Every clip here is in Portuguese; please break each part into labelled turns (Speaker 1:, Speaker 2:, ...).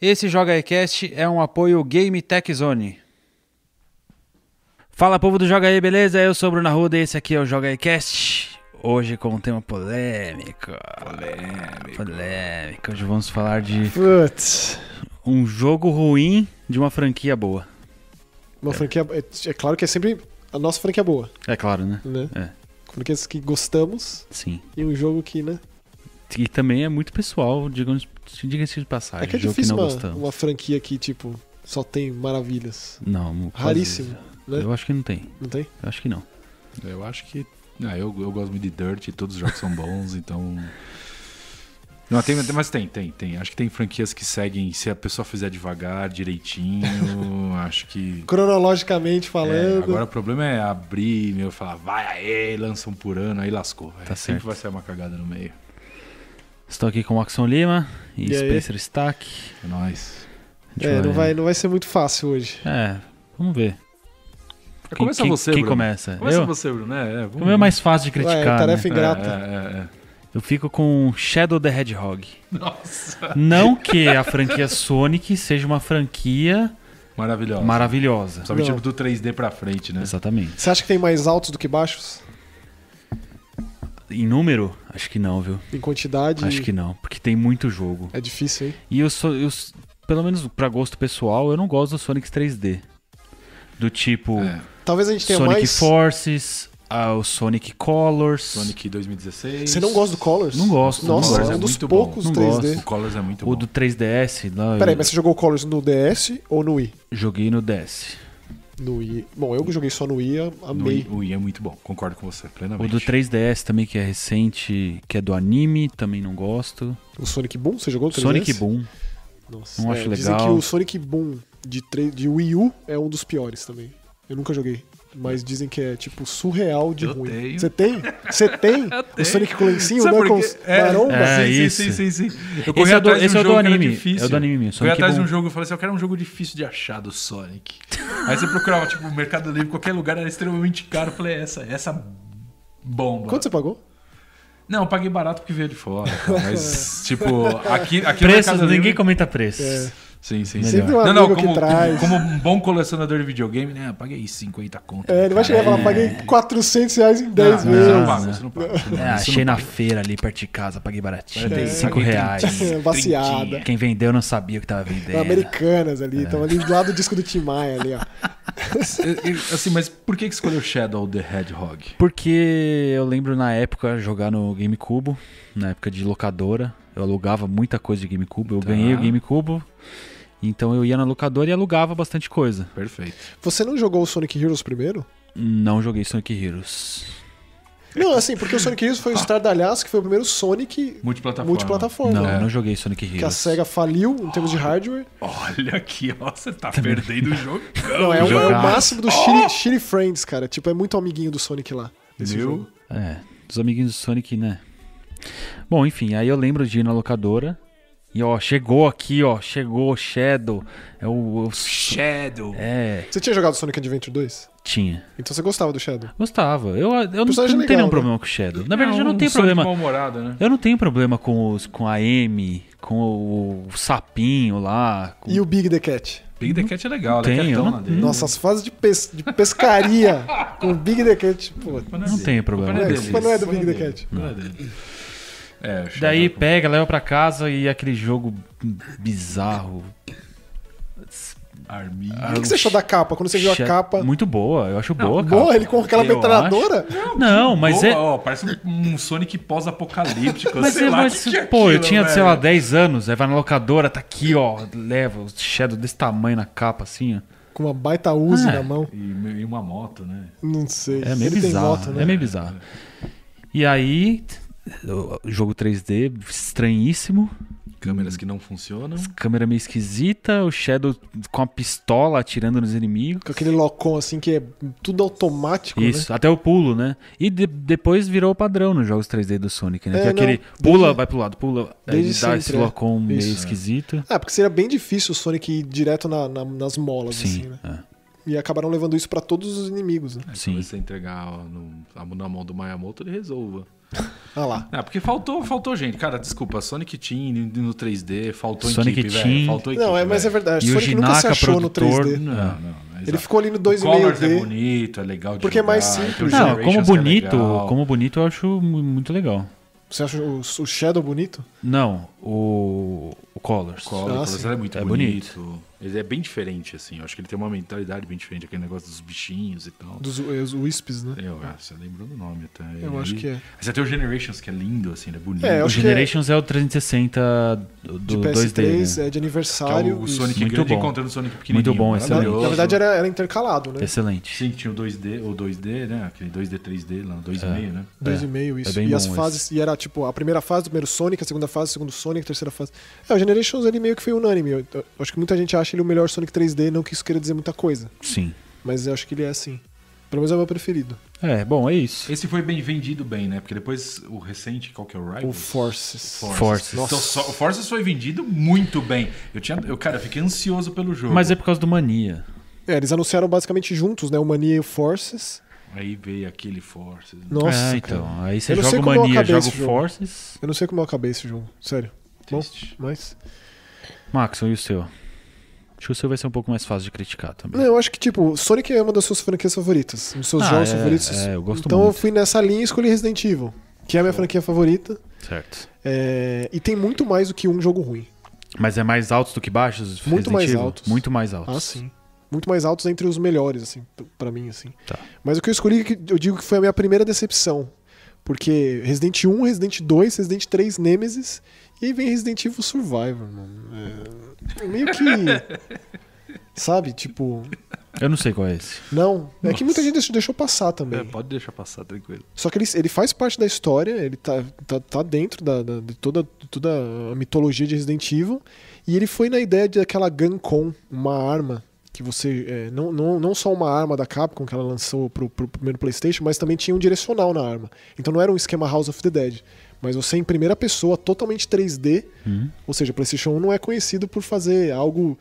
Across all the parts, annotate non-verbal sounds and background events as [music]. Speaker 1: Esse Joga Ecast é um apoio Game Tech Zone. Fala povo do Joga aí, beleza? Eu sou o Bruno Arruda e esse aqui é o Joga Ecast. Hoje com um tema polêmico. Polêmico. Polêmico. Hoje vamos falar de
Speaker 2: Putz.
Speaker 1: um jogo ruim de uma franquia boa.
Speaker 2: Uma franquia. É, é claro que é sempre a nossa franquia boa,
Speaker 1: É claro, né?
Speaker 2: né?
Speaker 1: É,
Speaker 2: Franquias que gostamos
Speaker 1: sim.
Speaker 2: e um jogo que, né?
Speaker 1: E também é muito pessoal, digamos, diga-se de passagem.
Speaker 2: é que é
Speaker 1: jogo
Speaker 2: difícil
Speaker 1: que não
Speaker 2: uma,
Speaker 1: gostamos.
Speaker 2: uma franquia que, tipo, só tem maravilhas.
Speaker 1: Não, quase-
Speaker 2: Raríssimo,
Speaker 1: é.
Speaker 2: né?
Speaker 1: Eu acho que não tem.
Speaker 2: Não tem?
Speaker 1: Eu acho que não.
Speaker 3: Eu acho que. Ah, eu, eu gosto muito de Dirt, todos os jogos são bons, [laughs] então. Não, tem, mas tem, tem, tem. Acho que tem franquias que seguem, se a pessoa fizer devagar, direitinho, [laughs] acho que.
Speaker 2: Cronologicamente
Speaker 3: É,
Speaker 2: falando.
Speaker 3: agora o problema é abrir, meu, falar, vai aí, lança um por ano, aí lascou. velho.
Speaker 1: Tá
Speaker 3: Sempre
Speaker 1: certo.
Speaker 3: vai sair uma cagada no meio.
Speaker 1: Estou aqui com o Axon Lima e,
Speaker 2: E aí?
Speaker 1: Spencer Stack.
Speaker 3: É nóis.
Speaker 1: A gente
Speaker 2: É, não vai, não vai ser muito fácil hoje.
Speaker 1: É, vamos ver. Quem-
Speaker 3: É, começa
Speaker 1: quem,
Speaker 3: você,
Speaker 1: Quem
Speaker 3: Bruno.
Speaker 1: começa?
Speaker 3: Começa
Speaker 1: eu?
Speaker 3: você, Bruno, né? É, vamos-
Speaker 1: Como é mais fácil de criticar,
Speaker 2: Ué, tarefa
Speaker 1: né?
Speaker 2: ingrata.
Speaker 3: É, é, é.
Speaker 1: Eu fico com Shadow the Hedgehog.
Speaker 3: Nossa.
Speaker 1: Não que a franquia Sonic seja uma franquia
Speaker 3: Maravilhosa.
Speaker 1: maravilhosa.
Speaker 3: Principalmente
Speaker 2: Não.
Speaker 3: tipo do 3D pra frente, né?
Speaker 1: Exatamente.
Speaker 2: Você acha que tem mais altos do que baixos?
Speaker 1: Em número, acho que não, viu?
Speaker 2: Em quantidade?
Speaker 1: Acho que não, porque tem muito jogo.
Speaker 2: É difícil, hein?
Speaker 1: E eu sou. Eu, s- pelo menos pra gosto pessoal, eu não gosto do Sonic 3D. Do tipo
Speaker 3: É.
Speaker 2: Talvez a gente tenha
Speaker 1: Sonic
Speaker 2: mais.
Speaker 1: Forces, ah, o Sonic Colors.
Speaker 3: Sonic 2016.
Speaker 2: Você não gosta do Colors?
Speaker 1: Não gosto, não
Speaker 2: Nossa,
Speaker 1: gosto.
Speaker 2: é um
Speaker 3: É
Speaker 2: dos
Speaker 3: muito bom.
Speaker 2: poucos
Speaker 1: Não
Speaker 2: 3D.
Speaker 1: gosto. É.
Speaker 3: O Colors é muito
Speaker 1: O
Speaker 3: bom.
Speaker 1: do 3DS. Lá
Speaker 2: Peraí,
Speaker 1: eu
Speaker 2: mas você jogou o Colors no DS ou no Wii?
Speaker 1: Joguei no DS.
Speaker 2: No Wii. Bom, eu joguei só no Wii,
Speaker 3: No
Speaker 2: amei.
Speaker 3: I- O I é muito bom, concordo com você
Speaker 1: O
Speaker 3: plenamente.
Speaker 1: do 3DS também, que é recente, que é do anime, também não gosto.
Speaker 2: O Sonic Boom, você jogou no 3DS?
Speaker 1: Sonic Boom.
Speaker 2: Nossa, é,
Speaker 1: Não acho
Speaker 2: Dizem que
Speaker 1: legal.
Speaker 2: o Sonic Boom de, tre- de Wii U é um dos piores também. Eu nunca joguei. Mas dizem que é, tipo, surreal de
Speaker 3: Eu
Speaker 2: ruim.
Speaker 3: tenho.
Speaker 2: Você tem? Você
Speaker 3: [laughs]
Speaker 2: tem? o
Speaker 3: tenho.
Speaker 2: Sonic com lencinho,
Speaker 3: Sabe
Speaker 2: né?
Speaker 3: por
Speaker 2: Com
Speaker 3: quê?
Speaker 2: os maromba?
Speaker 1: É,
Speaker 3: sim,
Speaker 1: isso.
Speaker 3: sim, sim, sim, sim. Eu
Speaker 1: Esse
Speaker 3: corri
Speaker 1: é do-
Speaker 3: atrás
Speaker 1: esse
Speaker 3: de um
Speaker 1: é do
Speaker 3: jogo que
Speaker 1: anime,
Speaker 3: era difícil.
Speaker 1: é do anime mesmo,
Speaker 3: Corri
Speaker 1: Sonic
Speaker 3: atrás de um
Speaker 1: Boom.
Speaker 3: jogo e falei assim, eu quero um jogo difícil de achar do Sonic. Aí você procurava, tipo, o Mercado Livre, qualquer lugar era extremamente caro. Eu falei, "É essa, essa bomba.
Speaker 2: Quanto você pagou?
Speaker 3: Não, eu paguei barato porque veio de fora. cara, Mas,
Speaker 1: [laughs]
Speaker 3: tipo, aqui, aqui no
Speaker 1: Preços,
Speaker 3: Mercado
Speaker 1: ninguém
Speaker 3: Livre...
Speaker 1: comenta preços.
Speaker 2: É.
Speaker 3: Sim, sim, sim.
Speaker 1: Melhor.
Speaker 2: Sempre um
Speaker 3: não, não,
Speaker 2: amigo que
Speaker 3: como,
Speaker 2: traz.
Speaker 3: como um bom colecionador de videogame, né? eu Paguei 50 conto.
Speaker 2: É, ele vai chegar e falar, paguei 400 reais em 10
Speaker 3: não,
Speaker 2: vezes.
Speaker 3: Você não
Speaker 1: Não,
Speaker 3: paga,
Speaker 1: não.
Speaker 3: você não paga. você não
Speaker 1: É,
Speaker 3: paga, isso
Speaker 1: achei
Speaker 3: não
Speaker 1: na
Speaker 3: paga.
Speaker 1: feira ali perto de casa, paguei baratinho.
Speaker 3: É,
Speaker 1: 5
Speaker 3: paguei
Speaker 1: reais.
Speaker 3: trintinha,
Speaker 2: Baseada.
Speaker 3: trintinha.
Speaker 1: Quem vendeu não sabia o que tava vendendo.
Speaker 2: Americanas ali,
Speaker 1: É.
Speaker 2: estão ali do lado do disco do Tim Maia ali, ó.
Speaker 3: E- e- assim, mas por que que escolheu Shadow the Hedgehog?
Speaker 1: Porque eu lembro na época jogar no GameCube, na época de locadora. Eu alugava muita coisa de GameCube. Eu
Speaker 3: Tá.
Speaker 1: ganhei o GameCube. Então eu ia na locadora e alugava bastante coisa.
Speaker 3: Perfeito.
Speaker 2: Você não jogou o Sonic Heroes primeiro?
Speaker 1: Não joguei Sonic Heroes.
Speaker 2: Não, assim, porque o Sonic Heroes foi o
Speaker 3: [laughs]
Speaker 2: estardalhaço que foi o primeiro Sonic
Speaker 3: Multiplataforma.
Speaker 2: multiplataforma.
Speaker 1: Não,
Speaker 3: É.
Speaker 1: não joguei Sonic
Speaker 2: Que a
Speaker 1: Heroes.
Speaker 2: SEGA faliu em termos de hardware.
Speaker 3: Olha aqui, ó, você tá perdendo o [laughs] jogo.
Speaker 2: Não, é, o- é
Speaker 1: Jogar. Oh!
Speaker 2: o máximo do Shitty, Shitty Friends, cara. Tipo, é muito amiguinho do Sonic lá. Esse
Speaker 3: Meu.
Speaker 2: jogo.
Speaker 1: É, dos amiguinhos do Sonic, né? Bom, enfim, aí eu lembro de ir na locadora. E ó, chegou aqui, ó, chegou Shadow. É o. o-
Speaker 3: Shadow.
Speaker 1: é,
Speaker 2: Você tinha jogado Sonic Adventure 2.
Speaker 1: tinha.
Speaker 2: Então você gostava do Shadow.
Speaker 1: Gostava. Eu, eu não, não
Speaker 2: personagem
Speaker 1: tenho
Speaker 2: é legal,
Speaker 1: nenhum
Speaker 2: né?
Speaker 1: problema com Shadow. Na verdade, eu não tenho
Speaker 3: É Sonic
Speaker 1: problema.
Speaker 3: um mal-humorado, né?
Speaker 1: Eu não tenho problema com os com a M, com o, o sapinho lá. com-
Speaker 2: E o Big the Cat.
Speaker 3: Big the Cat é legal,
Speaker 1: Tem,
Speaker 3: né? Quietão
Speaker 1: eu não-
Speaker 3: na dele.
Speaker 2: Nossa, as fases de, pes- de
Speaker 1: [laughs]
Speaker 2: pescaria com o Big the Cat. Pô,
Speaker 3: Mas é
Speaker 1: Não
Speaker 3: dele.
Speaker 1: tem problema.
Speaker 3: Mas
Speaker 2: É,
Speaker 3: dele.
Speaker 2: a culpa não é do
Speaker 3: Mas
Speaker 2: Big the
Speaker 3: dele.
Speaker 2: Cat.
Speaker 3: Mas é dele. É, o Shadow
Speaker 1: Daí
Speaker 3: é com-
Speaker 1: pega, leva pra casa e aquele jogo bizarro.
Speaker 3: Arminha.
Speaker 1: Ah,
Speaker 2: o que você achou da capa? Quando você viu a
Speaker 1: Che-
Speaker 2: capa.
Speaker 1: Muito boa, eu acho boa, cara.
Speaker 2: Boa, ele com aquela
Speaker 1: Eu
Speaker 2: metralhadora?
Speaker 1: Não, mas
Speaker 3: Boa,
Speaker 1: é.
Speaker 3: ó, parece um, um Sonic pós-apocalíptico.
Speaker 1: [laughs] Mas,
Speaker 3: sei
Speaker 1: é,
Speaker 3: lá,
Speaker 1: mas,
Speaker 3: que que é
Speaker 1: pô, eu
Speaker 3: aquilo,
Speaker 1: tinha, sei
Speaker 3: velho?
Speaker 1: lá, 10 anos, aí vai na locadora, tá aqui, ó, leva o Shadow desse tamanho na capa, assim, ó.
Speaker 2: Com uma baita Uzi
Speaker 1: Ah,
Speaker 2: na mão.
Speaker 3: E, e uma moto, né?
Speaker 2: Não sei.
Speaker 1: É meio
Speaker 2: ele
Speaker 1: bizarro,
Speaker 2: tem moto, né?
Speaker 1: é meio bizarro. E aí, t- o o jogo 3D, estranhíssimo,
Speaker 3: Câmeras que não funcionam.
Speaker 1: câmera meio esquisita, o Shadow com a pistola atirando nos inimigos.
Speaker 2: Com aquele locom assim que é tudo automático,
Speaker 1: Isso, até o pulo, né? E de- depois virou o padrão nos jogos 3D do Sonic, né?
Speaker 2: É,
Speaker 1: que é aquele
Speaker 2: não,
Speaker 1: pula,
Speaker 2: desde-
Speaker 1: vai pro lado, pula, aí
Speaker 2: desde
Speaker 1: ele dá esse
Speaker 2: sempre, é.
Speaker 1: locom meio
Speaker 2: Isso.
Speaker 1: esquisito.
Speaker 2: É, né? Ah, porque seria bem difícil o Sonic ir direto na- na- nas molas,
Speaker 1: Sim,
Speaker 2: assim, né?
Speaker 1: é.
Speaker 2: E acabaram levando isso pra todos os inimigos, né?
Speaker 1: Sim.
Speaker 3: Se você entregar no- na mão do Miyamoto, ele resolva.
Speaker 2: Ah lá.
Speaker 3: Ah, porque faltou, faltou gente. Cara, desculpa, Sonic Team no no 3D, faltou
Speaker 1: Sonic
Speaker 3: equipe,
Speaker 1: Team.
Speaker 3: velho. Faltou equipe,
Speaker 2: Não, é, mas é
Speaker 3: velho.
Speaker 2: verdade.
Speaker 1: E o
Speaker 2: Sonic nunca se
Speaker 1: Jinaka,
Speaker 2: achou no
Speaker 1: produtor,
Speaker 2: 3D.
Speaker 3: Não,
Speaker 1: É.
Speaker 3: não.
Speaker 2: Ele ficou ali no
Speaker 3: O Colors é
Speaker 2: 2,5D.
Speaker 3: bonito, é legal de
Speaker 2: Porque é mais
Speaker 3: jogar,
Speaker 2: simples.
Speaker 3: tem o
Speaker 1: Não, como
Speaker 3: Generations que é
Speaker 1: bonito,
Speaker 3: legal.
Speaker 1: como bonito eu acho mu- muito legal.
Speaker 2: Você acha o, o Shadow bonito?
Speaker 1: Não, o, o Colors.
Speaker 3: Collor,
Speaker 2: Ah,
Speaker 3: Collor
Speaker 2: sim.
Speaker 3: é muito
Speaker 1: É
Speaker 3: bonito. Ele é bem diferente, assim. Eu acho que ele tem uma mentalidade bem diferente, aquele negócio dos bichinhos e tal.
Speaker 2: Dos eh, os Wisps, né?
Speaker 3: Eu, ah, você lembrou do nome até.
Speaker 2: Eu acho que é.
Speaker 3: Você tem o Generations, que é lindo, assim, ele é bonito.
Speaker 2: É, eu
Speaker 1: O
Speaker 2: acho que
Speaker 1: Generations é... o 360 do
Speaker 2: De
Speaker 1: do 2D.
Speaker 2: PS3,
Speaker 1: né?
Speaker 2: é de
Speaker 3: Que é
Speaker 2: aniversário.
Speaker 3: o
Speaker 2: isso.
Speaker 3: Sonic
Speaker 1: Muito
Speaker 3: grande
Speaker 1: bom.
Speaker 3: encontrando o Sonic pequenininho.
Speaker 1: Muito bom,
Speaker 2: Na,
Speaker 1: excelente.
Speaker 3: maravilhoso.
Speaker 2: na verdade era, era intercalado, né?
Speaker 1: Excelente.
Speaker 3: Sim, tinha o 2D, ou 2D, né? Aquele 2D, 3D lá, 2,5, né?
Speaker 2: Dois e meio, isso.
Speaker 1: é bem
Speaker 2: e as
Speaker 1: bom
Speaker 2: fases, e era tipo a primeira fase do primeiro Sonic, a segunda fase, o segundo Sonic, a terceira fase. É, o Generations ele meio que foi unânime. Eu, eu acho que muita gente acha ele o melhor Sonic 3D, não que isso queira dizer muita coisa.
Speaker 1: Sim.
Speaker 2: Mas eu acho que ele é assim. Pelo menos é o meu preferido.
Speaker 1: É, bom, é isso.
Speaker 3: Esse foi bem vendido bem, né? Porque depois o recente, qual que é o Rivals?
Speaker 2: O Forces.
Speaker 1: Forces.
Speaker 3: Então,
Speaker 2: Nossa.
Speaker 3: só- o Forces foi vendido muito bem. Eu tinha, eu, cara, eu fiquei ansioso pelo jogo.
Speaker 1: Mas é por causa do Mania.
Speaker 2: É, eles anunciaram basicamente juntos, né? O Mania e o Forces.
Speaker 3: Aí veio aquele Forces. né?
Speaker 2: Nossa,
Speaker 1: é, então.
Speaker 2: cara.
Speaker 1: Aí você
Speaker 2: Eu não
Speaker 1: joga
Speaker 2: sei
Speaker 1: o
Speaker 2: como eu
Speaker 1: Mania,
Speaker 2: acabei
Speaker 1: joga o
Speaker 2: esse jogo.
Speaker 1: Forces.
Speaker 2: Eu não sei como eu acabei esse jogo, sério. Bom,
Speaker 3: Triste.
Speaker 2: mas.
Speaker 1: Max, e o seu? Acho que o seu vai ser um pouco mais fácil de criticar também.
Speaker 2: Não, eu acho que, tipo, Sonic é uma das suas franquias favoritas. Um dos seus
Speaker 1: Ah,
Speaker 2: jogos
Speaker 1: é,
Speaker 2: favoritos.
Speaker 1: é, eu gosto
Speaker 2: então eu
Speaker 1: muito.
Speaker 2: fui nessa linha e escolhi Resident Evil, que é a minha franquia favorita.
Speaker 1: Certo.
Speaker 2: É, e tem muito mais do que um jogo ruim.
Speaker 1: Mas é mais altos do que baixos?
Speaker 2: Muito
Speaker 1: Resident
Speaker 2: mais
Speaker 1: Evil?
Speaker 2: altos.
Speaker 1: Muito mais altos.
Speaker 2: Ah, sim. Muito mais altos entre os melhores, assim, p- pra mim, assim.
Speaker 1: Tá.
Speaker 2: Mas o que eu escolhi, que eu digo que foi a minha primeira decepção. Porque Resident 1, Resident 2, Resident 3, Nemesis, e aí vem Resident Evil Survivor, mano. É, meio que. sabe, tipo.
Speaker 1: Eu não sei qual é esse.
Speaker 2: Não. É que
Speaker 3: Nossa.
Speaker 2: muita gente deixou, deixou passar
Speaker 3: É,
Speaker 2: também.
Speaker 3: pode deixar passar, tranquilo.
Speaker 2: Só que ele, ele faz parte da história, ele tá, tá, tá dentro da, da- de toda, de toda a mitologia de Resident Evil. E ele foi na ideia daquela Gun Con, uma arma que você. é, não, não, não só uma arma da Capcom que ela lançou pro, pro primeiro PlayStation, mas também tinha um direcional na arma. Então não era um esquema House of the Dead. Mas você é em primeira pessoa, totalmente 3D. Ou seja, o PlayStation 1 não é conhecido por fazer algo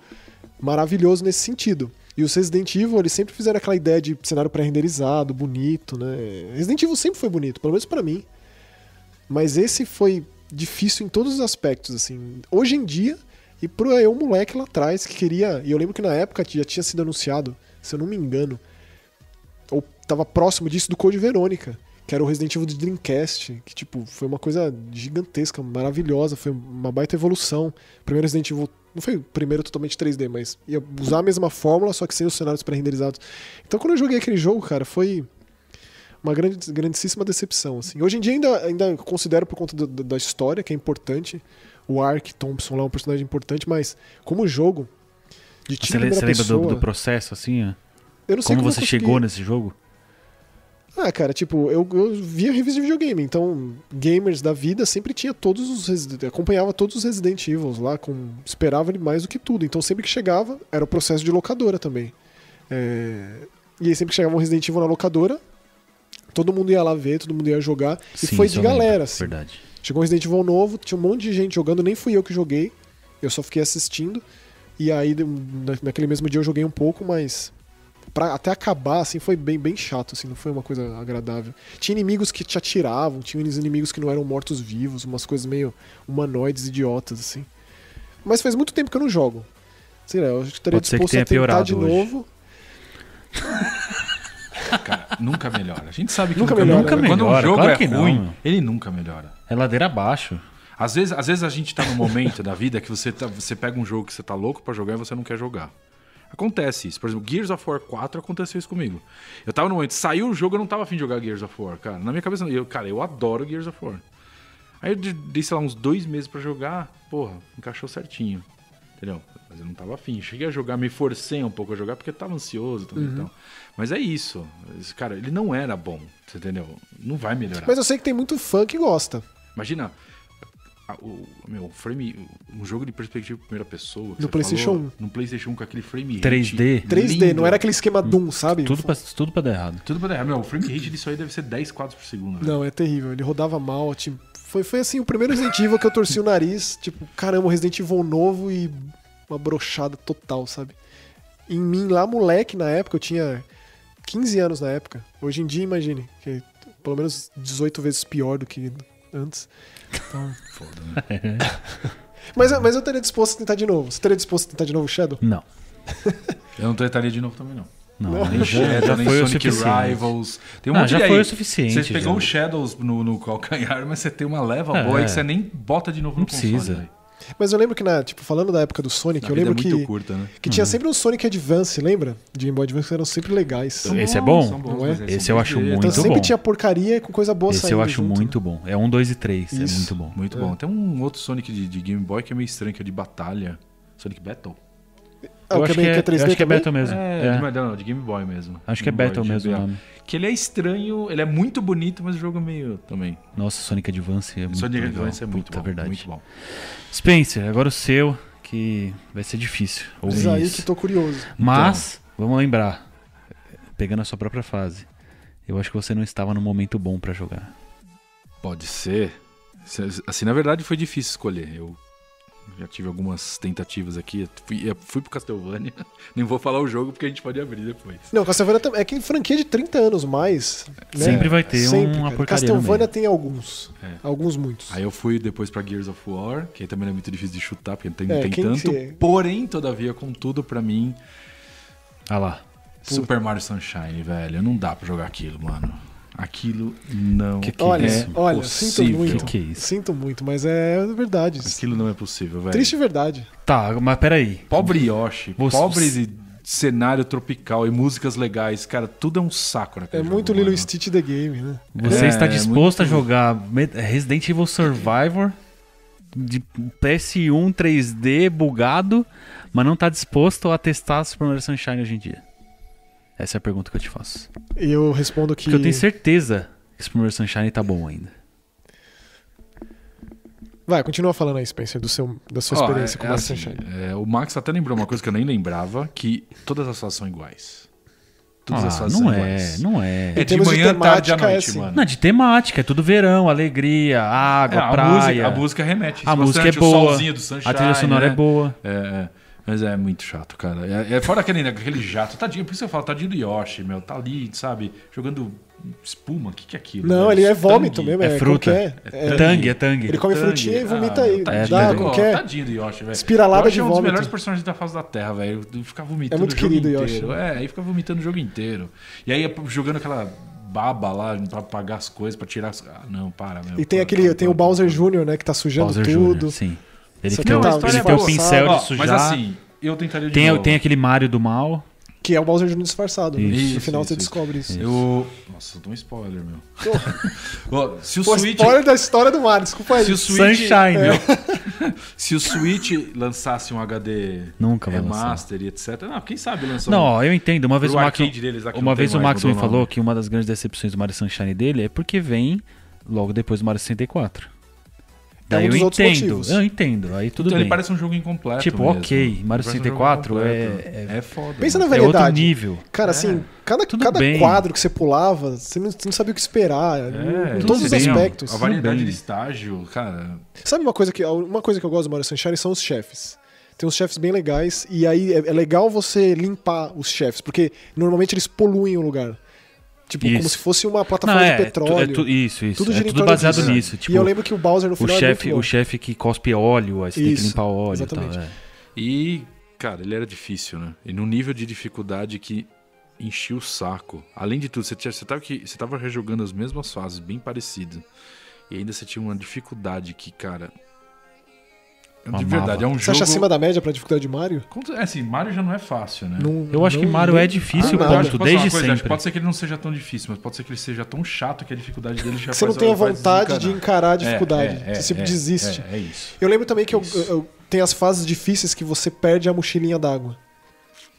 Speaker 2: maravilhoso nesse sentido. E os Resident Evil, eles sempre fizeram aquela ideia de cenário pré-renderizado, bonito, né? Resident Evil sempre foi bonito, pelo menos pra mim. Mas esse foi difícil em todos os aspectos, assim. Hoje em dia, e pro eu moleque lá atrás que queria, e eu lembro que na época já tinha sido anunciado, se eu não me engano, ou tava próximo disso do Code Verônica, que era o Resident Evil de Dreamcast, que tipo, foi uma coisa gigantesca, maravilhosa, foi uma baita evolução. O primeiro Resident Evil não foi o primeiro totalmente 3D, mas ia usar a mesma fórmula, só que sem os cenários pré-renderizados. Então quando eu joguei aquele jogo, cara, foi uma grande, grandíssima decepção, assim. Hoje em dia ainda, ainda considero por conta do- do- da história, que é importante, o Ark Thompson lá é um personagem importante, mas como jogo de
Speaker 1: Você,
Speaker 2: tiro
Speaker 1: le-
Speaker 2: em
Speaker 1: você
Speaker 2: primeira
Speaker 1: lembra do,
Speaker 2: pessoa,
Speaker 1: do processo, assim? ó?
Speaker 2: eu não sei
Speaker 1: Como
Speaker 2: eu
Speaker 1: você
Speaker 2: consegui-
Speaker 1: chegou nesse jogo?
Speaker 2: Ah, cara, tipo, eu, eu via revista de videogame, então gamers da vida sempre tinha todos os. Resi- acompanhava todos os Resident Evil lá, com, esperava ele mais do que tudo. Então sempre que chegava, era o processo de locadora também. É, e aí sempre que chegava um Resident Evil na locadora, todo mundo ia lá ver, todo mundo ia jogar. E
Speaker 1: Sim, é
Speaker 2: foi
Speaker 1: isso
Speaker 2: de
Speaker 1: eu lembro,
Speaker 2: galera, assim.
Speaker 1: Verdade.
Speaker 2: Chegou um Resident Evil novo, tinha um monte de gente jogando, nem fui eu que joguei, eu só fiquei assistindo. E aí, de- um, na- naquele mesmo dia eu joguei um pouco, mas pra, até acabar, assim, foi bem, bem chato, assim, não foi uma coisa agradável. Tinha inimigos que te atiravam, tinha uns inimigos que não eram mortos-vivos, umas coisas meio humanoides, idiotas, assim. Mas faz muito tempo que eu não jogo. Sei lá, eu acho que estaria
Speaker 1: Pode ser que
Speaker 2: disposto
Speaker 1: tenha
Speaker 2: a tentar
Speaker 1: piorado
Speaker 2: de
Speaker 1: hoje.
Speaker 2: novo.
Speaker 3: Cara, nunca melhora. A gente sabe que
Speaker 2: Nunca
Speaker 3: nunca,
Speaker 2: melhora.
Speaker 3: melhora.
Speaker 2: Nunca
Speaker 3: Quando um
Speaker 1: melhora,
Speaker 3: jogo
Speaker 1: claro
Speaker 3: é
Speaker 1: que não,
Speaker 3: ruim,
Speaker 1: meu.
Speaker 3: ele nunca melhora.
Speaker 1: É ladeira abaixo.
Speaker 3: Às vezes, às vezes a gente tá num momento da vida que você, tá- você pega um jogo que você tá louco pra jogar e você não quer jogar. Acontece isso. Por exemplo, Gears of War 4 aconteceu isso comigo. Eu tava num momento, saiu o jogo, eu não tava afim de jogar Gears of War, cara. Na minha cabeça, eu, cara, eu adoro Gears of War. Aí eu de- dei, sei lá, uns dois meses pra jogar, porra, encaixou certinho. Entendeu? Mas eu não tava afim. Cheguei a jogar, me forcei um pouco a jogar porque eu tava ansioso também e tal. Mas é isso. Esse Cara, ele não era bom, você entendeu? Não vai
Speaker 1: Tá.
Speaker 3: melhorar.
Speaker 2: Mas eu sei que tem muito fã que gosta.
Speaker 3: Imagina. a- o, meu, frame. Um jogo de perspectiva em primeira pessoa. que
Speaker 2: No
Speaker 3: você
Speaker 2: PlayStation
Speaker 3: falou,
Speaker 2: 1.
Speaker 3: No PlayStation 1 com aquele frame
Speaker 1: 3D.
Speaker 3: rate
Speaker 2: 3D,
Speaker 3: lindo.
Speaker 2: não era aquele esquema Doom, sabe?
Speaker 1: Hum, Tudo pra, tudo pra dar errado.
Speaker 3: Tudo pra errar. Meu, o frame rate disso aí deve ser 10 quadros por segundo. né? velho.
Speaker 2: Não, é terrível. Ele rodava mal. Tipo, foi, foi assim, o primeiro Resident Evil que eu torci o nariz. Tipo, caramba, Resident Evil novo e uma brochada total, sabe? em mim lá, moleque, na época. Eu tinha 15 anos na época. Hoje em dia, imagine, que é pelo menos 18 vezes pior do que antes. Então...
Speaker 3: [laughs] Foda, né?
Speaker 2: [laughs] mas, eu- mas eu estaria disposto a tentar de novo. Você estaria disposto a tentar de novo Shadow?
Speaker 1: Não.
Speaker 3: Eu não tentaria de novo também, não.
Speaker 1: Não,
Speaker 2: Não, [laughs] É,
Speaker 1: nem
Speaker 3: Shadow,
Speaker 1: já
Speaker 3: nem
Speaker 1: foi o
Speaker 3: Sonic
Speaker 1: suficiente.
Speaker 3: Rivals. Tem um
Speaker 1: Ah,
Speaker 3: monte
Speaker 1: já
Speaker 3: de
Speaker 1: foi
Speaker 3: aí.
Speaker 1: o suficiente,
Speaker 3: Você pegou
Speaker 1: já.
Speaker 3: o Shadows no, no calcanhar, mas você tem uma leva
Speaker 1: É.
Speaker 3: boa aí que você nem bota de novo
Speaker 1: Não
Speaker 3: no console.
Speaker 1: precisa.
Speaker 3: velho.
Speaker 2: Mas eu lembro que, na, tipo, falando da época do Sonic,
Speaker 3: A
Speaker 2: eu
Speaker 3: vida
Speaker 2: lembro
Speaker 3: é muito
Speaker 2: que,
Speaker 3: curta, né?
Speaker 2: que tinha sempre um Sonic Advance, lembra? De Game Boy Advance que eram sempre legais.
Speaker 1: Esse é
Speaker 3: São
Speaker 1: bom?
Speaker 3: são bons,
Speaker 2: Não é?
Speaker 3: mas eles
Speaker 1: Esse
Speaker 3: são
Speaker 1: eu acho
Speaker 3: perfeitos.
Speaker 2: Então
Speaker 1: muito
Speaker 2: sempre
Speaker 1: bom.
Speaker 2: tinha porcaria com coisa boa
Speaker 1: Esse
Speaker 2: saindo
Speaker 1: eu acho
Speaker 2: junto,
Speaker 1: muito bom. É um, dois e três.
Speaker 2: Isso.
Speaker 1: É muito bom.
Speaker 3: Muito bom. Tem um outro Sonic de, de Game Boy que é meio estranho, que é de batalha. Sonic Battle?
Speaker 2: né? Ah, o
Speaker 1: eu acho que
Speaker 2: também
Speaker 1: é,
Speaker 2: que é 3D
Speaker 1: eu acho que é
Speaker 2: também?
Speaker 1: Battle mesmo.
Speaker 3: É,
Speaker 1: É.
Speaker 3: de- não, não, de Game Boy mesmo.
Speaker 1: Acho que é
Speaker 3: Game Boy,
Speaker 1: Battle
Speaker 3: de
Speaker 1: mesmo o
Speaker 3: GBA.
Speaker 1: nome.
Speaker 3: Que ele é estranho, ele é muito bonito, mas o jogo é meio também.
Speaker 1: Nossa, Sonic Advance é muito
Speaker 3: Sonic
Speaker 1: legal.
Speaker 3: Advance é muito
Speaker 1: Puta,
Speaker 3: bom.
Speaker 1: verdade.
Speaker 3: Muito bom.
Speaker 1: Spencer, agora o seu, que vai ser difícil ouvir
Speaker 2: Diz aí
Speaker 1: isso.
Speaker 2: que tô Então. curioso.
Speaker 1: Mas, vamos lembrar, pegando a sua própria fase, eu acho que você não estava no momento bom pra jogar.
Speaker 3: Pode ser. Se- Assim, na verdade foi difícil escolher. Eu já tive algumas tentativas aqui. Eu Fui, eu fui pro Castlevania. [laughs] Nem vou falar o jogo porque a gente pode abrir depois.
Speaker 2: Não, Castlevania também. É que franquia de 30 anos mais. Né?
Speaker 1: Sempre vai ter uma
Speaker 2: cara.
Speaker 1: porcaria no
Speaker 2: Castlevania
Speaker 1: meio.
Speaker 2: tem alguns.
Speaker 3: É.
Speaker 2: Alguns muitos.
Speaker 3: Aí eu fui depois pra Gears of War, que aí também não é muito difícil de chutar, porque não tem,
Speaker 2: É,
Speaker 3: tem
Speaker 2: quem
Speaker 3: tanto.
Speaker 2: que-
Speaker 3: Porém, todavia, contudo, pra mim,
Speaker 1: Ah lá,
Speaker 3: Super Mario Sunshine, velho. Não dá pra jogar aquilo, mano. Aquilo não
Speaker 1: Que que
Speaker 2: olha,
Speaker 3: é
Speaker 1: isso?
Speaker 2: olha, sinto
Speaker 3: possível.
Speaker 2: muito.
Speaker 1: Que que é isso?
Speaker 2: Sinto muito, mas é verdade.
Speaker 3: Aquilo não é possível, velho.
Speaker 2: Triste verdade.
Speaker 1: tá, mas peraí.
Speaker 3: Pobre Yoshi,
Speaker 1: Você-
Speaker 3: pobre de cenário tropical e músicas legais, cara, tudo é um saco
Speaker 2: É
Speaker 3: naquele jogo,
Speaker 2: muito Lilo
Speaker 3: mano.
Speaker 2: e Stitch The Game, né?
Speaker 1: Você
Speaker 3: É,
Speaker 1: está disposto a
Speaker 3: muito-
Speaker 1: jogar Me- Resident Evil Survivor de PS1 3D bugado, mas não tá disposto a testar Super Mario Sunshine hoje em dia? Essa é a pergunta que eu te faço.
Speaker 2: E eu respondo que.
Speaker 1: Porque eu tenho certeza que Super Mario Sunshine tá bom ainda.
Speaker 2: Vai, continua falando aí, Spencer, do seu, da sua
Speaker 3: Ó,
Speaker 2: experiência
Speaker 3: é-
Speaker 2: com
Speaker 3: é
Speaker 2: o Mario
Speaker 3: assim,
Speaker 2: Sunshine.
Speaker 3: é, o Max até lembrou uma coisa que eu nem lembrava, que todas as fases são iguais. Todas as
Speaker 1: ah,
Speaker 3: fases
Speaker 1: não
Speaker 3: são
Speaker 1: é,
Speaker 3: iguais.
Speaker 1: não é.
Speaker 3: É de
Speaker 2: termos de
Speaker 3: manhã, tarde à
Speaker 2: temática, é
Speaker 3: noite,
Speaker 2: assim.
Speaker 3: mano.
Speaker 1: Não, de temática, é tudo verão, alegria, água,
Speaker 3: É, a,
Speaker 1: praia.
Speaker 3: música, a música remete.
Speaker 1: A
Speaker 3: isso
Speaker 1: música é
Speaker 3: bastante, O
Speaker 1: boa.
Speaker 3: solzinho do Sunshine,
Speaker 1: A trilha sonora
Speaker 3: né?
Speaker 1: é boa.
Speaker 3: É, é. Mas é muito chato, cara. É, é fora aquele, aquele jato, tadinho. Por isso que eu falo, tadinho do Yoshi, meu. Tá ali, sabe? Jogando espuma. O que, que é aquilo?
Speaker 2: Não,
Speaker 3: né?
Speaker 2: ele é
Speaker 3: Tangue.
Speaker 2: vómito mesmo,
Speaker 1: é
Speaker 2: é
Speaker 1: fruta.
Speaker 2: qualquer.
Speaker 1: É
Speaker 2: É,
Speaker 1: tangue, é tangue.
Speaker 2: Ele come
Speaker 3: Tangue.
Speaker 2: frutinha e vomita aí.
Speaker 3: Ah, tadinho
Speaker 1: dá
Speaker 3: do-
Speaker 2: qualquer-
Speaker 3: Tadinho do Yoshi, velho.
Speaker 2: Espiralada
Speaker 3: Yoshi
Speaker 2: de
Speaker 3: é um dos
Speaker 2: vômito.
Speaker 3: melhores personagens da face da Terra, velho. Eu Ficava vomitando
Speaker 2: É muito
Speaker 3: o jogo
Speaker 2: querido o
Speaker 3: inteiro.
Speaker 2: Yoshi,
Speaker 3: É, aí ficava vomitando o jogo inteiro. E aí é jogando aquela baba lá pra pagar as coisas, pra tirar as... Ah, não, para, meu.
Speaker 2: E tem
Speaker 3: Para,
Speaker 2: aquele,
Speaker 3: para,
Speaker 2: tem o
Speaker 3: para,
Speaker 2: Bowser
Speaker 3: para.
Speaker 2: Jr., né, que tá sujando
Speaker 1: Bowser
Speaker 2: tudo.
Speaker 1: Jr., sim. Ele
Speaker 2: Só
Speaker 1: tem,
Speaker 2: que
Speaker 1: o-
Speaker 2: a
Speaker 1: ele
Speaker 2: história
Speaker 1: tem
Speaker 2: é
Speaker 1: o
Speaker 2: boa,
Speaker 1: pincel
Speaker 3: Ó,
Speaker 1: de sujar.
Speaker 3: Mas assim, eu tentaria de
Speaker 1: tem,
Speaker 3: novo.
Speaker 1: tem aquele Mario do mal.
Speaker 2: Que é o Bowser Jr. disfarçado. né?
Speaker 1: Isso,
Speaker 2: no final
Speaker 3: isso,
Speaker 2: você
Speaker 3: isso.
Speaker 2: descobre isso.
Speaker 3: Eu... Nossa, eu dou um spoiler, meu. [laughs] Ó, se o
Speaker 2: Pô,
Speaker 3: Switch...
Speaker 2: spoiler da história do Mario, desculpa aí.
Speaker 3: Se o Switch... é,
Speaker 1: Sunshine.
Speaker 3: meu, [laughs] se o Switch lançasse um HD
Speaker 1: Nunca vai lançar.
Speaker 3: remaster e etc... Não, quem sabe lançar
Speaker 1: Não,
Speaker 3: um...
Speaker 1: ó, eu entendo. Uma vez
Speaker 3: Pro
Speaker 1: o Max,
Speaker 3: arcade deles lá que
Speaker 1: uma
Speaker 3: não tem
Speaker 1: vez o
Speaker 3: mais,
Speaker 1: Max me
Speaker 3: mudou o
Speaker 1: falou
Speaker 3: nome.
Speaker 1: que uma das grandes decepções do Mario Sunshine dele é porque vem logo depois do Mario 64. Daí
Speaker 2: um dos
Speaker 1: eu
Speaker 2: outros
Speaker 1: entendo.
Speaker 2: motivos.
Speaker 1: Eu entendo. Aí tudo
Speaker 3: então
Speaker 1: bem.
Speaker 3: ele parece um jogo incompleto.
Speaker 1: Tipo,
Speaker 3: mesmo.
Speaker 1: ok,
Speaker 3: Ele
Speaker 1: Mario
Speaker 3: parece um jogo
Speaker 1: 64 é-
Speaker 3: incompleto. é foda.
Speaker 2: Pensa
Speaker 3: mano.
Speaker 2: na
Speaker 1: é outro
Speaker 2: variedade.
Speaker 1: nível.
Speaker 2: Cara,
Speaker 3: É.
Speaker 2: assim, cada,
Speaker 1: Tudo
Speaker 2: cada
Speaker 1: bem.
Speaker 2: quadro que você pulava, você não, você não sabia o que esperar.
Speaker 3: É,
Speaker 2: em todos
Speaker 1: tudo
Speaker 2: os
Speaker 1: bem, ó.
Speaker 2: aspectos.
Speaker 3: A variedade
Speaker 1: bem.
Speaker 3: de estágio, cara.
Speaker 2: Sabe uma coisa que uma coisa que eu gosto do Mario Sunshine são os chefes. Tem uns chefes bem legais e aí é, é legal você limpar os chefes, porque normalmente eles poluem o lugar. Tipo,
Speaker 1: Isso.
Speaker 2: como se fosse uma plataforma
Speaker 1: é,
Speaker 2: de
Speaker 1: tu-
Speaker 2: petróleo.
Speaker 1: é tu- isso, isso.
Speaker 2: Tudo
Speaker 1: é
Speaker 2: gira em
Speaker 1: tudo
Speaker 2: torno
Speaker 1: baseado
Speaker 2: disso.
Speaker 1: nisso.
Speaker 2: e
Speaker 1: Tipo,
Speaker 2: eu lembro que o Bowser no
Speaker 1: o
Speaker 2: final
Speaker 1: chefe,
Speaker 2: é
Speaker 1: o
Speaker 2: muito bom.
Speaker 1: chefe que cospe óleo, aí você tem que
Speaker 2: Isso,
Speaker 1: limpar o óleo e tal.
Speaker 2: exatamente.
Speaker 1: é.
Speaker 3: E, cara, ele era difícil, né? E num nível de dificuldade que enchia o saco. Além de tudo, você, tinha, você, tava, que, você tava rejogando as mesmas fases, bem parecido. E ainda você tinha uma dificuldade que, cara.
Speaker 1: Mamava.
Speaker 3: De verdade, é um
Speaker 2: Você
Speaker 3: jogo.
Speaker 2: acha acima da média pra dificuldade de Mario?
Speaker 3: Conta- É assim, Mario já não é fácil, né?
Speaker 2: Não-
Speaker 1: Eu acho
Speaker 2: não-
Speaker 1: que Mario é difícil,
Speaker 2: Ah, não.
Speaker 3: Acho que
Speaker 1: ponto,
Speaker 3: posso falar
Speaker 1: desde
Speaker 3: uma coisa, acho que
Speaker 1: sempre.
Speaker 3: Pode ser que ele não seja tão difícil, mas pode ser que ele seja tão chato que a dificuldade dele já
Speaker 2: Você não
Speaker 3: faz-
Speaker 2: tem a
Speaker 3: faz
Speaker 2: vontade de
Speaker 3: desencanar.
Speaker 2: encarar a
Speaker 3: É,
Speaker 2: dificuldade.
Speaker 3: é, é,
Speaker 2: você sempre
Speaker 3: é,
Speaker 2: desiste.
Speaker 3: É, é isso.
Speaker 2: Eu lembro também que eu,
Speaker 3: Isso.
Speaker 2: eu- eu- tem as fases difíceis que você perde a mochilinha d'água.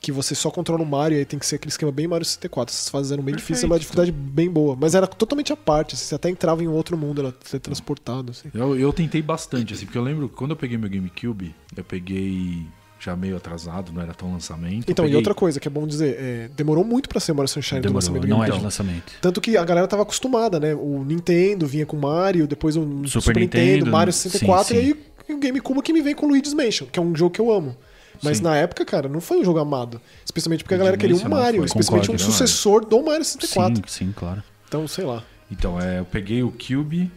Speaker 2: Que você só controla o Mario e aí tem que ser aquele esquema bem Mario 64. Essas fases eram bem difíceis, uma
Speaker 3: Perfeito.
Speaker 2: dificuldade bem boa. Mas era totalmente à parte, assim, você até entrava em um outro mundo, era ser transportado. assim.
Speaker 3: Eu, eu tentei bastante, assim, porque eu lembro que quando eu peguei meu GameCube, eu peguei já meio atrasado, não era tão lançamento.
Speaker 2: Então,
Speaker 3: eu
Speaker 2: e
Speaker 3: peguei-
Speaker 2: outra coisa que é bom dizer, é, demorou muito pra ser Mario Sunshine do lançamento do
Speaker 1: Demorou, não
Speaker 2: Game
Speaker 1: é
Speaker 2: Boy.
Speaker 1: de lançamento.
Speaker 2: Tanto que a galera tava acostumada, né? O Nintendo vinha com Mario, depois o Super, Nintendo,
Speaker 1: Nintendo,
Speaker 2: Mario
Speaker 1: sim,
Speaker 2: 64, e aí o GameCube que me vem com Luigi's Mansion, que é um jogo que eu amo. Mas
Speaker 3: Sim.
Speaker 2: na época, cara, não foi um jogo amado. Especialmente porque a
Speaker 3: De
Speaker 2: galera queria um
Speaker 3: início, não
Speaker 2: Mario,
Speaker 3: foi.
Speaker 2: especialmente um
Speaker 3: Concordo, né,
Speaker 2: sucessor do Mario 64.
Speaker 1: Sim, sim, claro.
Speaker 2: Então, sei lá.
Speaker 3: Então, é, eu peguei o Cube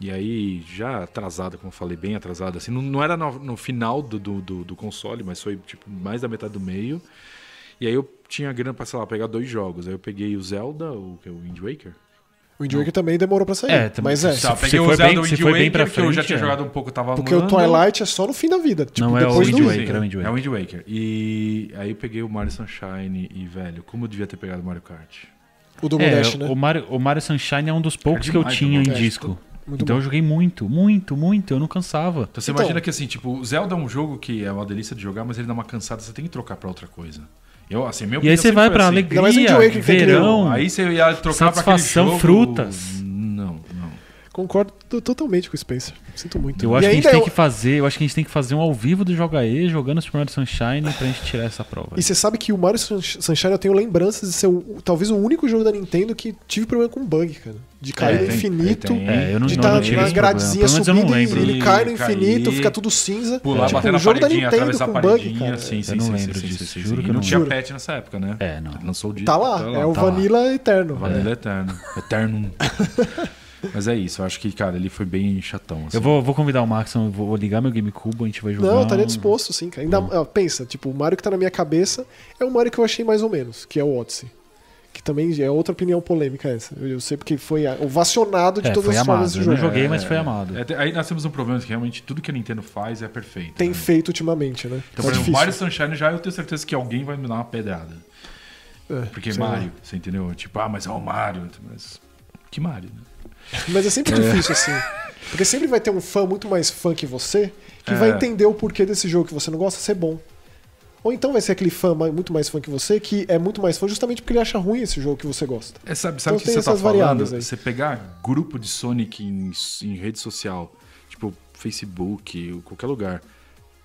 Speaker 3: e aí, já atrasado, como eu falei, bem atrasado, assim, não, não era no, no final do, do, do- do console, mas foi tipo mais da metade do meio. E aí eu tinha grana pra, sei lá, pegar dois jogos. Aí eu peguei o Zelda, o, que é o Wind Waker.
Speaker 2: O Wind Waker também demorou pra sair.
Speaker 1: É, também-
Speaker 2: mas é.
Speaker 1: Tá, Se- peguei se o foi Zelda, bem- o Wind se foi bem Waker, pra
Speaker 3: que eu já
Speaker 1: frente,
Speaker 3: tinha
Speaker 1: é.
Speaker 3: jogado um pouco, tava
Speaker 2: Porque o
Speaker 3: amando.
Speaker 2: Twilight é só no fim da vida. Tipo,
Speaker 1: Não, é o
Speaker 2: depois
Speaker 1: Wind
Speaker 2: do
Speaker 1: Waker. é
Speaker 3: Sim,
Speaker 1: o Wind Waker.
Speaker 3: É o Wind Waker. E aí eu peguei o Mario Sunshine e, velho, como eu devia ter pegado o Mario Kart.
Speaker 2: O do
Speaker 1: É,
Speaker 2: Dash, né?
Speaker 1: o, Mario, o Mario Sunshine é um dos poucos
Speaker 3: É
Speaker 1: que eu
Speaker 3: demais,
Speaker 1: tinha em
Speaker 3: demais.
Speaker 1: disco.
Speaker 2: Muito
Speaker 1: então eu joguei muito, muito, muito. Eu não cansava.
Speaker 3: Então você
Speaker 2: Então-
Speaker 3: imagina que assim, tipo, o Zelda é um jogo que é uma delícia de jogar, mas ele dá uma cansada, você tem que trocar pra outra coisa. Eu, assim, meu
Speaker 1: E aí você vai pra
Speaker 2: Ainda
Speaker 3: Legal.
Speaker 2: mais o Wind
Speaker 1: alegria,
Speaker 2: Waker que tem aquele-
Speaker 1: verão.
Speaker 3: Aí você ia trocar pra aquele
Speaker 1: Satisfação,
Speaker 3: jogo...
Speaker 1: frutas. É,
Speaker 3: Não, não.
Speaker 2: Concordo t- totalmente com o Spencer. Sinto muito.
Speaker 1: Eu acho
Speaker 2: e
Speaker 1: que a gente
Speaker 2: ainda é
Speaker 1: tem
Speaker 2: um eu-
Speaker 1: que fazer, eu acho que a gente tem que fazer um ao vivo do Joga E jogando Super Mario Sunshine pra gente tirar essa prova.
Speaker 2: E você sabe que o Mario Sun- Sunshine eu tenho lembranças de ser o- talvez o único jogo da Nintendo que tive problema com bug, cara. De cair
Speaker 3: É,
Speaker 2: no
Speaker 3: tem-
Speaker 2: infinito,
Speaker 3: tem-
Speaker 1: É, eu não,
Speaker 2: de
Speaker 1: não,
Speaker 2: estar
Speaker 1: não
Speaker 2: tá
Speaker 1: tive
Speaker 2: na
Speaker 1: esse problema.
Speaker 2: gradezinha
Speaker 1: Pelo menos eu
Speaker 2: subindo,
Speaker 1: não lembro.
Speaker 2: ele cai no
Speaker 3: Cair,
Speaker 2: infinito, fica tudo cinza.
Speaker 3: Pular,
Speaker 2: tipo,
Speaker 3: bater
Speaker 2: o
Speaker 3: na
Speaker 2: jogo da
Speaker 3: paredinha,
Speaker 2: Nintendo
Speaker 3: atravessar a
Speaker 2: com bug,
Speaker 3: paredinha,
Speaker 2: cara.
Speaker 3: sim,
Speaker 1: Eu
Speaker 3: sim,
Speaker 1: não
Speaker 3: sim,
Speaker 1: lembro
Speaker 3: sim,
Speaker 1: disso,
Speaker 3: sim, sim,
Speaker 1: juro que
Speaker 3: sim. E
Speaker 1: eu
Speaker 3: não
Speaker 1: não
Speaker 3: tinha
Speaker 2: lembro.
Speaker 3: patch nessa época, né?
Speaker 1: É, não.
Speaker 3: Lançou o disco.
Speaker 2: Tá lá, é o
Speaker 1: tá lá.
Speaker 2: Vanilla Eterno.
Speaker 1: É. [laughs]
Speaker 3: Vanilla Eterno. Eterno. mas é isso, eu acho que, cara, ele foi bem chatão. assim.
Speaker 1: Eu vou, vou convidar o Max, eu vou ligar meu GameCube, a gente vai jogar.
Speaker 2: Não, eu
Speaker 1: tá
Speaker 2: estaria disposto, sim, assim, cara. Ainda, ó, pensa, tipo, o Mario que tá na minha cabeça é o Mario que eu achei mais ou menos, que é o Odyssey. Que também é outra opinião polêmica essa. Eu, eu sei porque foi ah, ovacionado de
Speaker 1: É,
Speaker 2: todas
Speaker 1: foi
Speaker 2: as formas
Speaker 1: amado.
Speaker 2: do
Speaker 1: Eu não
Speaker 2: jogo.
Speaker 1: joguei, mas foi amado.
Speaker 3: É, te- aí nós temos um problema que realmente tudo que a Nintendo faz é perfeito.
Speaker 2: Tem
Speaker 3: né?
Speaker 2: feito ultimamente, né?
Speaker 3: Então,
Speaker 2: Tá
Speaker 3: por exemplo,
Speaker 2: difícil.
Speaker 3: Mario Sunshine já eu tenho certeza que alguém vai me dar uma pedrada.
Speaker 2: É,
Speaker 3: Porque
Speaker 2: sei lá.
Speaker 3: Mario, você entendeu? Tipo, ah, mas é o Mario. Mas que Mario, né?
Speaker 2: Mas é sempre difícil, assim. Porque sempre vai ter um fã muito mais fã que você que
Speaker 3: É.
Speaker 2: vai entender o porquê desse jogo que você não gosta ser bom. Ou então vai ser aquele fã ma- muito mais fã que você que é muito mais fã justamente porque ele acha ruim esse jogo que você gosta.
Speaker 3: É, sabe sabe o
Speaker 2: Então
Speaker 3: que
Speaker 2: tem
Speaker 3: você tá
Speaker 2: essas variáveis
Speaker 3: falando?
Speaker 2: aí.
Speaker 3: Você pegar grupo de Sonic em, em rede social, tipo Facebook, ou qualquer lugar,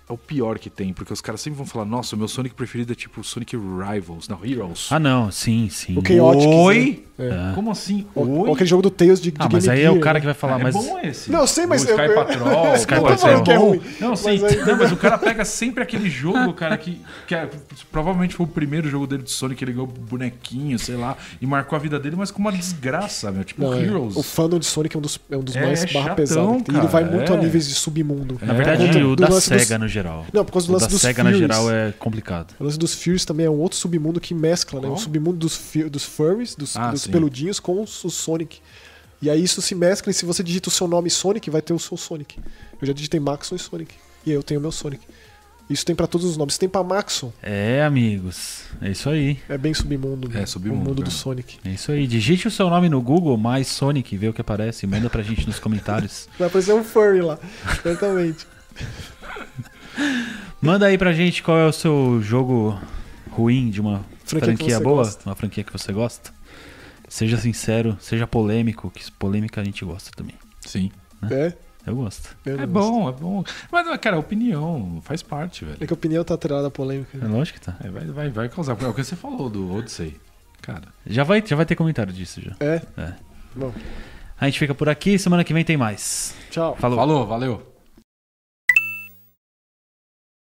Speaker 3: é o pior que tem, porque os caras sempre vão falar, nossa, o meu Sonic preferido é tipo Sonic Rivals, não, Heroes.
Speaker 1: Ah, não, sim, sim.
Speaker 2: O Chaotix.
Speaker 3: Oi?
Speaker 2: Né? É.
Speaker 3: Como assim?
Speaker 2: Ou, ou
Speaker 3: Oi?
Speaker 2: aquele jogo do Tails de, de
Speaker 1: Ah, mas
Speaker 2: Game
Speaker 1: aí é o
Speaker 2: Gear,
Speaker 1: cara
Speaker 2: né?
Speaker 1: que vai falar,
Speaker 3: Ah, é
Speaker 1: mas.
Speaker 3: bom esse.
Speaker 2: Não, eu sei, mas
Speaker 3: O Sky
Speaker 2: eu- [laughs] eu-
Speaker 3: Patrol.
Speaker 2: Sky
Speaker 3: pô,
Speaker 1: Patrol
Speaker 3: esse é
Speaker 1: que
Speaker 2: é
Speaker 3: bom.
Speaker 2: ruim.
Speaker 3: Não, sim.
Speaker 2: Mas aí-
Speaker 3: Não, mas o cara pega sempre aquele jogo, cara, que, que é- provavelmente foi o primeiro jogo dele de Sonic, ele ganhou bonequinho, sei lá, e marcou a vida dele, mas com uma desgraça, meu. Tipo,
Speaker 2: Não, é.
Speaker 3: Heroes.
Speaker 2: O fandom de Sonic é um dos, é um dos
Speaker 3: É,
Speaker 2: mais
Speaker 3: é
Speaker 2: barra
Speaker 3: chatão,
Speaker 2: pesado. que tem. Ele
Speaker 3: cara,
Speaker 2: vai muito a
Speaker 3: é.
Speaker 2: níveis de submundo.
Speaker 1: Na
Speaker 3: É.
Speaker 1: verdade,
Speaker 2: Por conta
Speaker 1: o
Speaker 2: do
Speaker 1: da
Speaker 2: lance dos-
Speaker 1: SEGA né? no geral.
Speaker 2: Não, por causa do
Speaker 1: O
Speaker 2: lance
Speaker 1: da
Speaker 2: dos
Speaker 1: SEGA no
Speaker 2: Furies.
Speaker 1: geral é complicado.
Speaker 2: O lance dos Fears também é um outro submundo que mescla, né? O
Speaker 3: Qual?
Speaker 2: submundo dos, fi- dos furries, dos,
Speaker 3: Ah,
Speaker 2: dos
Speaker 3: sim.
Speaker 2: peludinhos, com os, o Sonic. E aí isso se mescla e se você digita o seu nome Sonic, vai ter o seu Sonic. Eu já digitei Maxon e Sonic. E aí eu tenho o meu Sonic. Isso tem pra todos os nomes. Isso tem pra Maxon,
Speaker 1: É, amigos. É isso aí.
Speaker 2: é bem submundo. né?
Speaker 3: submundo,
Speaker 2: O mundo do
Speaker 3: cara.
Speaker 2: Sonic.
Speaker 1: É isso aí. Digite o seu nome no Google, mais Sonic, vê o que aparece. Manda pra gente nos
Speaker 2: [laughs]
Speaker 1: comentários.
Speaker 2: Vai aparecer um furry lá. [laughs] Exatamente.
Speaker 1: Manda aí pra gente qual é o seu jogo ruim de uma
Speaker 2: Franquia que
Speaker 1: franquia
Speaker 2: você
Speaker 1: boa,
Speaker 2: gosta.
Speaker 1: uma franquia que você gosta. Seja sincero, seja polêmico, que polêmica a gente gosta também.
Speaker 3: Sim.
Speaker 2: É,
Speaker 1: Eu gosto.
Speaker 2: eu não
Speaker 3: É
Speaker 2: gosto.
Speaker 3: bom, é bom. Mas, não, cara, opinião faz parte, velho.
Speaker 2: É que a opinião tá atrelada à polêmica.
Speaker 1: É
Speaker 2: né?
Speaker 1: lógico que tá.
Speaker 3: É, vai, vai, vai causar. É o que você falou do Odyssey. Cara,
Speaker 1: Já vai, já vai ter comentário disso já.
Speaker 2: É?
Speaker 1: É.
Speaker 2: Bom,
Speaker 1: A gente fica por aqui, semana que vem tem mais.
Speaker 2: tchau.
Speaker 1: Falou.
Speaker 3: falou valeu.